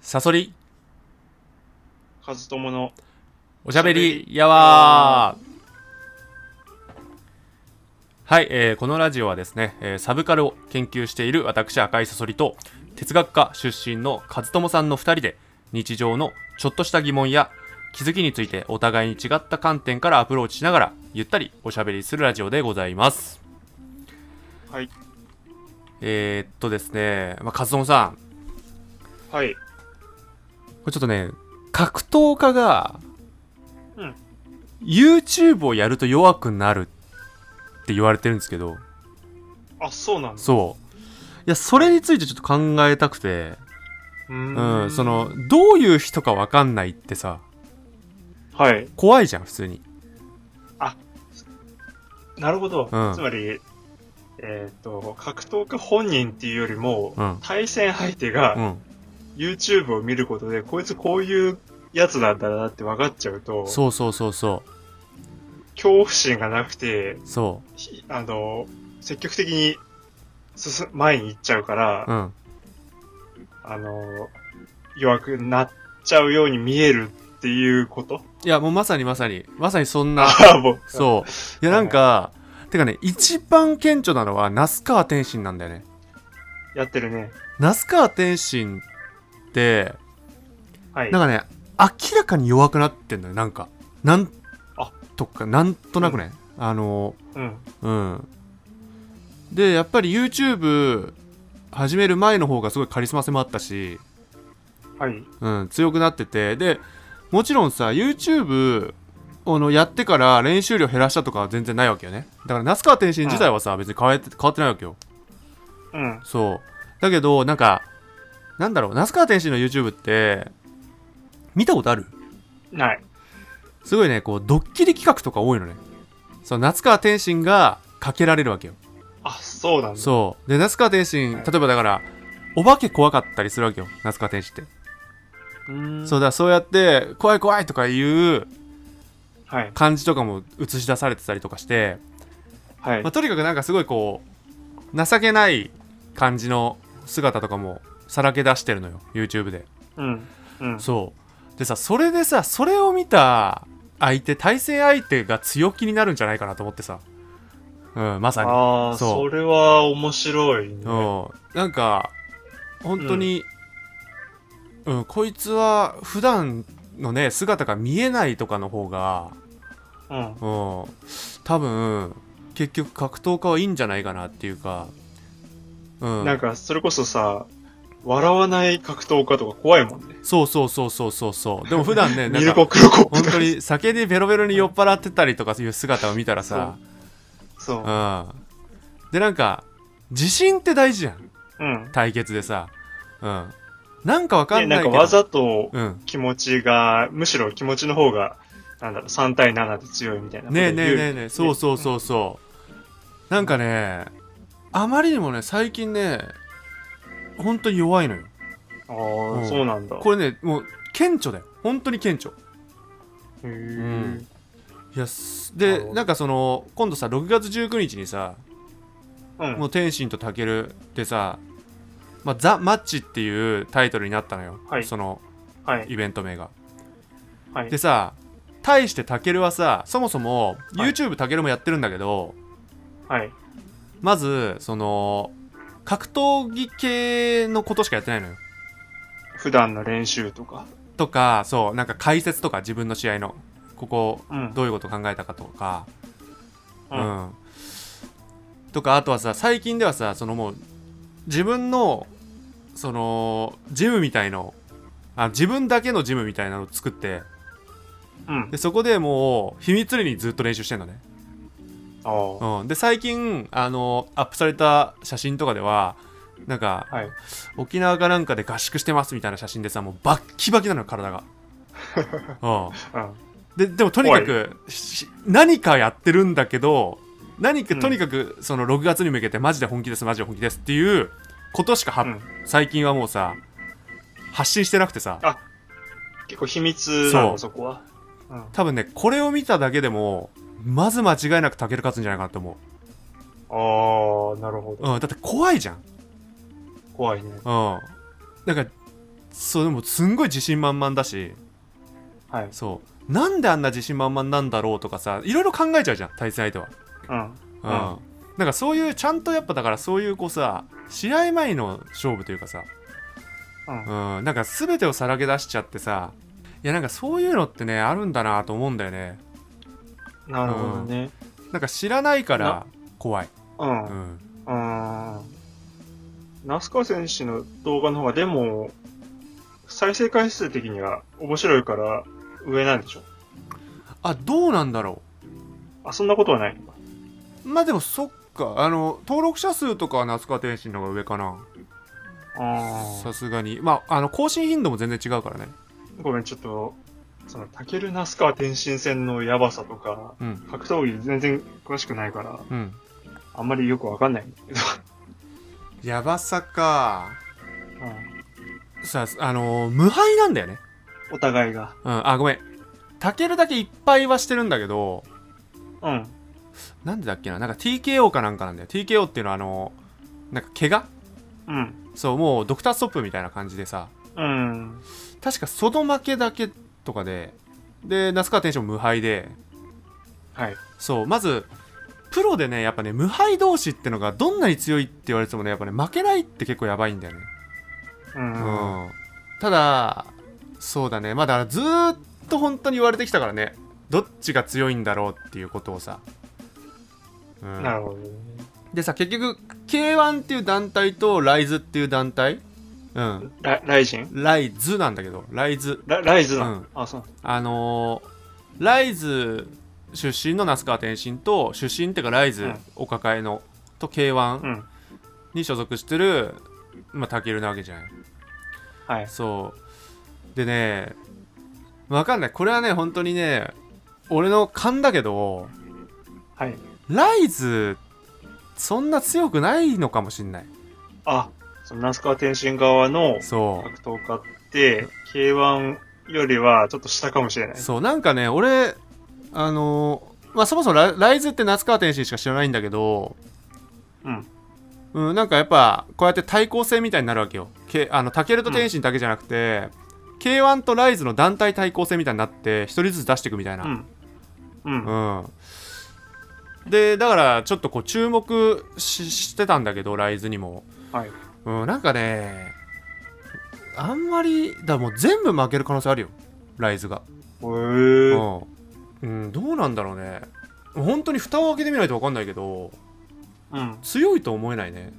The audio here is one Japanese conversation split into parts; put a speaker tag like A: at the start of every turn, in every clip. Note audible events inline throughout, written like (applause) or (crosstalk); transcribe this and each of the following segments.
A: サソリ、
B: カズトモの
A: おしゃべりやわーはい、えーこのラジオはですね、えーサブカルを研究している私赤いサソリと哲学科出身の和友さんの2人で日常のちょっとした疑問や気づきについてお互いに違った観点からアプローチしながらゆったりおしゃべりするラジオでございます
B: はい
A: えー、っとですね、まあ、和友さん
B: はい
A: これちょっとね格闘家が、
B: うん
A: YouTube をやると弱くなるって言われてるんですけど
B: あそうなんだ
A: そういやそれについてちょっと考えたくてう
B: う
A: ん、
B: ー
A: そのどういう人かわかんないってさ
B: はい
A: 怖いじゃん普通に
B: なるほ
A: う
B: ど、
A: ん
B: つまりえっ、と格闘家本人っていうよりも、
A: うん
B: 対戦相手
A: う
B: が
A: ん
B: YouTube を見ることで、こいつこういうやつなんだなって分かっちゃうと
A: そうそうそうそ
B: 恐怖心がなくて
A: うそ
B: ひあの積極的に進む前に行っちゃうから、
A: ううん
B: あの、弱くなっちゃうように見えるっていうこと
A: いやもうまさにまさにまさにそんな
B: あ (laughs) あ、もう。う。
A: そういやなんかてかね一番顕著なのは那須川天心なんだよね
B: やってるね。
A: 那須川天心って
B: はい。
A: なんかね明らかに弱くなってんのよなんかなん
B: あ
A: とかなんとなくね、あの
B: うん。
A: うん。で、やっぱり YouTube 始める前の方がすごいカリスマ性もあったし、
B: はい。
A: うん、強くなってて、で、もちろんさ、YouTube あのやってから練習量減らしたとかは全然ないわけよね。だから、那須川天心自体はさ、別に変わって変わってないわけよ。
B: うん。
A: そう。だけど、なんか、なんだろう、那須川天心の YouTube って、見たことある
B: ない。
A: すごいね、こう、ドッキリ企画とか多いのね。そう、那須川天心がかけられるわけよ。
B: あ、そうなんだ。
A: そう。で、那須川天心、例えばだから、お化け怖かったりするわけよ、那須川天心って。
B: うーん。
A: そうだ、そうやって、怖い怖いとかいう
B: はい。
A: 感じとかも映し出されてたりとかして、
B: はい
A: まあ、。とにかくなんかすごいこう、情けない感じの姿とかもさらけ出してるのよ、YouTube で。
B: うん。うん。
A: そう。でさ、それでさ、それを見た相手、対戦相手が強気になるんじゃないかなと思ってさ。うん、まさに。
B: ああ、
A: そ
B: そうれは面白いね。
A: うん、なんか本当に、うんこいつは普段のね姿が見えないとかの方が、
B: うん。
A: うん、多分結局格闘家はいいんじゃないかなっていうか、うん、
B: なんか、それこそさ、笑わない格闘家とか怖いもんね。
A: そうそうそうそうそうそうでも普段
B: (laughs)
A: ねな
B: ミ
A: ん
B: ル
A: か
B: コクロコップ
A: 本
B: とか
A: 当。に酒でベロベロに酔っ払ってたりとかいう姿を見たらさ、
B: そうう。
A: ん、でなんか自信って大事じゃん
B: うん。
A: 対決でさ、うん、なんかわか
B: で
A: んない
B: なん
A: け
B: か
A: ど
B: わざと
A: うん
B: 気持ちが、むしろ気持ちの方が、なんだろう、3対7で強いみたいなこと
A: ねえ
B: 言う。
A: ねえねえねえそうそうそうそうなんかねあまりにもね最近ね本当に弱いのよ
B: ああ、
A: うん
B: そうなんだ。
A: これねもう顕著だよ本当に顕著
B: へえ
A: んいやす
B: なる
A: で
B: ほど
A: なんかその今度さ6月19日にさ
B: うん。
A: もう天心とたけるでさ「まあ、ザ・マッチ」っていうタイトルになったのよ、
B: はい
A: その
B: はい。
A: イベント名が
B: はい
A: で。さ対してたけるはさそもそも
B: はい
A: YouTube たけるもやってるんだけど、
B: はい。
A: まずその格闘技系のことしかやってないのよ
B: 普段の練習とか。
A: とかそうなんか解説とか自分の試合のここ
B: うん。
A: どういうこと考えたかとかう
B: うん
A: ん、とかあとはさ最近ではさそのもう自分のそのジムみたいのあ自分だけのジムみたいなのを作って
B: うん。
A: でそこでもう秘密裏にずっと練習してんのね、
B: ああ。
A: うん、で最近あのアップされた写真とかではなんか
B: はい。
A: 沖縄かなんかで合宿してますみたいな写真でさもうバッキバキなのよ体
B: (laughs)
A: がうん
B: うん。
A: ででもとにかくし何かやってるんだけど何か、
B: うん
A: とにかくその6月に向けてマジで本気ですマジで本気ですっていうことしかは、
B: うん
A: 最近はもうさ発信してなくてさ
B: あ結構秘密な
A: そう
B: の、そこは。うん。あ
A: 多分ねこれを見ただけでもまず間違いなくタケル勝つんじゃないかなと思
B: あ、なるほ
A: う、
B: ど。
A: うん、だって怖いじゃん
B: 怖いね。
A: うんなんかそうでもすんごい自信満々だし
B: はい。
A: そうなんであんな自信満々なんだろうとかさいろいろ考えちゃうじゃん対戦相手は
B: うん。
A: うん、
B: うん
A: なんかそういうちゃんとやっぱだからそういうこうさ試合前の勝負というかさ
B: うん。
A: うんなんか全てをさらけ出しちゃってさいやなんかそういうのってねあるんだなと思うんだよね
B: なるほどね。
A: なんか知らないから怖い、
B: うん。
A: う
B: うん。
A: ん、
B: ナスカ選手の動画の方が、でも、再生回数的には面白いから上なんでしょ
A: あどうなんだろ
B: あ、そんなことはないのか。
A: うまあでもそっかあの登録者数とかは夏川天心の方が上かな
B: あ
A: さすがにまああの更新頻度も全然違うからね
B: あ。ごめん、ちょっと、その、タケル・ナスカ天心戦のヤバさとか、
A: うん
B: 格闘技全然詳しくないから、
A: うん
B: あんまりよくわかんないんだけど。
A: やばさか
B: うん。
A: さあの無敗なんだよね
B: お互いが。
A: うんあごめんタケルだけいっぱいはしてるんだけど
B: うん。
A: なんでだっけななんか TKO かなんかなんだよ TKO っていうのはあのなんか怪我
B: うん。
A: そうもうドクターストップみたいな感じでさ
B: うん。
A: 確かその負けだけとかでで那須川天心も無敗で
B: はい。
A: そうまずプロでねやっぱね無敗同士ってのがどんなに強いって言われてもねやっぱね負けないって結構やばいんだよね
B: うん。
A: うん、ただそうだねまあだからずーっと本当に言われてきたからねどっちが強いんだろうっていうことをさ、うん
B: なるほどね。
A: でさ結局 K1 っていう団体とライズっていう団体うん
B: ラライジン
A: ライズなんだけどライズ
B: ラライズな
A: う
B: の
A: ん
B: あ、そう。
A: あのーライズ出身の那須川天心と出身っていうかライズ
B: うん
A: お抱えのと
B: う
A: K1
B: ん。
A: に所属してる、まあ、タケルなわけじゃない
B: はい。
A: そうでねわかんないこれはね本当にね俺の勘だけど
B: はい。
A: ライズそんな強くないのかもしんない
B: あ、その、ナスカ天心側の
A: そ。
B: 格闘家って、K1 よりはちょっと下かもしれないう
A: そうなんかね俺あのーまあそもそもラライズって夏川天心しか知らないんだけど
B: うん。
A: うん、なんかやっぱこうやって対抗戦みたいになるわけよ。けあのタケルと天心だけじゃなくて、K1 とライズの団体対抗戦みたいになって一人ずつ出していくみたいな。
B: うん。うん。
A: うんでだからちょっとこう注目ししてたんだけどライズにも、
B: はい。
A: うん、なんかねあんまりだからもう全部負ける可能性あるよライズが、
B: へー。
A: うんうん、どうなんだろうね本当に蓋を開けてみないと分かんないけど
B: うん。
A: 強いと思えないね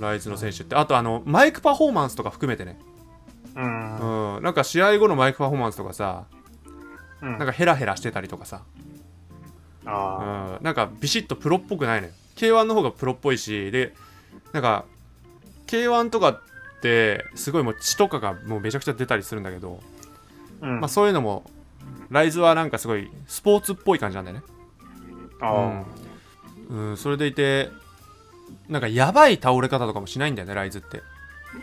A: ライズの選手ってあとあのマイクパフォーマンスとか含めてね、
B: うん。うん。
A: うん、なんか試合後のマイクパフォーマンスとかさなん
B: あ
A: かヘラヘラしてたりとかさ
B: あ
A: うん、なんかビシッとプロっぽくないのよ K1 の方がプロっぽいしでなんか K1 とかってすごいもう血とかがもうめちゃくちゃ出たりするんだけど、
B: ー。うん。
A: まあ、そういうのもライズはなんかすごいスポーツっぽい感じなんだよね、
B: あ
A: うんうん、それでいてなんかやばい倒れ方とかもしないんだよねライズって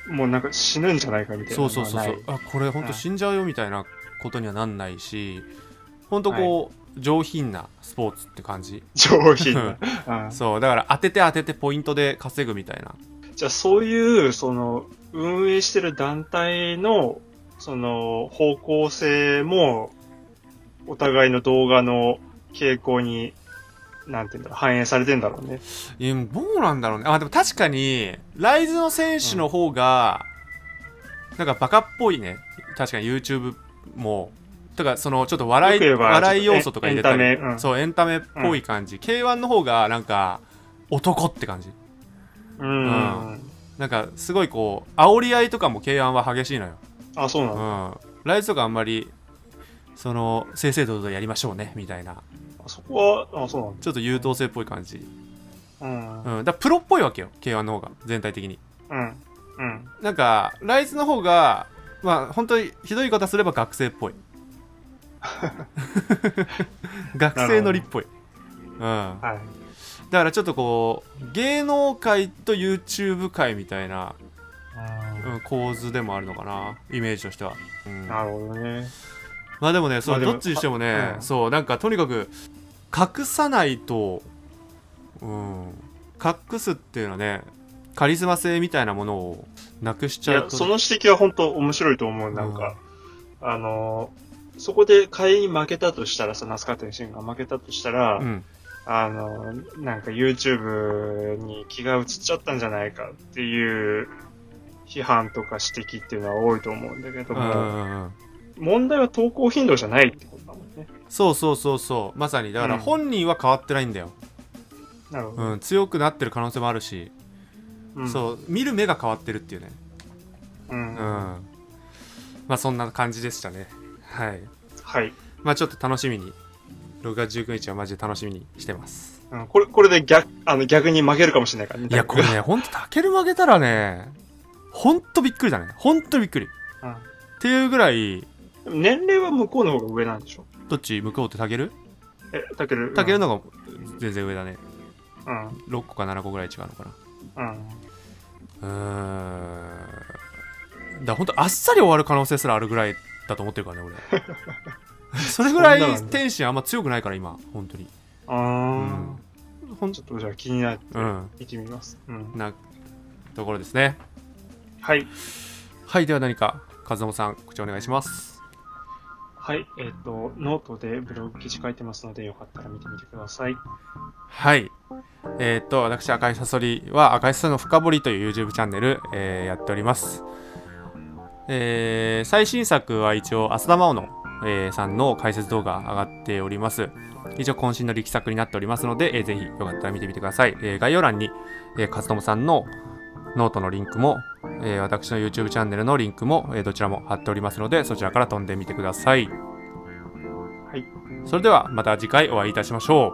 B: あ。もうなんか死ぬんじゃないかみたいなの
A: そ
B: は
A: う
B: ない。
A: そうそうそうあこれほんと死んじゃうよみたいなことにはなんないしほんとこう、上品なスポーツって感じ
B: 上品な。
A: う
B: うん
A: (laughs)
B: ん。
A: そうだから当てて当ててポイントで稼ぐみたいな
B: じゃあそういう、その、運営してる団体の、その、方向性も、お互いの動画の傾向に、なんていうんだろう、反映されてんだろうね。
A: えどうなんだろうねあでも確かにライズの選手の方が、なんかバカっぽいね確かに YouTube もとかそのちょっと笑
B: よく
A: い
B: 言えば
A: 笑い要素とか入れたり
B: エンタメうん
A: そうエンタメっぽい感じ、K1 の方がなんか男って感じ
B: うん。
A: うんなんかすごいこう煽り合いとかも K1 は激しいのよ、
B: あ、そうな
A: う
B: の、
A: ん、ライズとかあんまりその正々堂々やりましょうねみたいな
B: あそこは、あ、そ
A: ちょっと優等生っぽい感じ、
B: うなの
A: うん、だからプロっぽいわけよ K1 の方が全体的に
B: うん。うん。うん。
A: なんかライズの方がまあ本当にひどい言い方すれば学生っ
B: (laughs)
A: ぽい学生のりっぽい、うん、だ
B: はい。
A: からちょっとこう芸能界と YouTube 界みたいな、うん、構図でもあるのかなイメージとしては、うん、
B: なるほどね。
A: まあでもねそう、
B: まあでも
A: どっちにしてもね、
B: うん
A: そうなんかとにかく隠さないと、うん、隠すっていうのはねカリスマ性みたいなものをなくし
B: い
A: ちゃ
B: や
A: う、と
B: その指摘は本当面白いと思う、なんか。あの、そこで会員負けたとしたらさ、ナスカ天心が負けたとしたら、
A: うん
B: あの、なんか YouTube に気が移っちゃったんじゃないかっていう批判とか指摘っていうのは多いと思うんだけど
A: うんう
B: も、
A: んうん
B: 問題は投稿頻度じゃないってことだもんね。
A: そうそうそうそうまさにだから
B: うん
A: 本人は変わってないんだよ、
B: なるほ
A: う
B: ど。
A: ん強くなってる可能性もあるし、
B: うん
A: そう見る目が変わってるっていうねう
B: う。
A: んんまあそんな感じでしたねはい
B: はい、
A: まあちょっと楽しみに6月19日はマジで楽しみにしてます
B: うん。これ、これで逆、あの逆に負けるかもしれないからね。
A: いやこれ (laughs) ねほんとタケル負けたらねほんとびっくりだねほんとびっくりっていうぐらい
B: うん (laughs) 年齢は向こうの方が上なんでしょ
A: どっち向こうってタケル
B: え、たける。
A: タケルの方が全然上だね
B: うん。
A: 6個か7個ぐらい違うのかな
B: うん。
A: うーんだからほんとあっさり終わる可能性すらあるぐらいだと思ってるからね
B: (laughs)
A: 俺それぐら
B: そんないのね
A: 天心あんま強くないから今本当に
B: あー
A: ほん
B: ちょっとじゃあ気になって
A: うん
B: 見てみます。うん。
A: なところですね
B: はい。
A: はいでは何か和友さん口お願いします
B: はい。えっ、と、ノートでブログ記事書いてますので、よかったら見てみてください。
A: はいえーっと私赤いサソリは赤いサソリの深掘りという YouTube チャンネル、えーやっておりますえー最新作は一応浅田真央の、えーさんの解説動画上がっております一応渾身の力作になっておりますので、えーぜひよかったら見てみてください、えー概要欄に、えー、勝友さんのノートのリンクも、えー私の YouTube チャンネルのリンクも、えーどちらも貼っておりますのでそちらから飛んでみてください
B: はい
A: それではまた次回お会いいたしましょ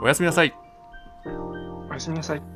A: うおやすみなさい
B: おやすみなさい。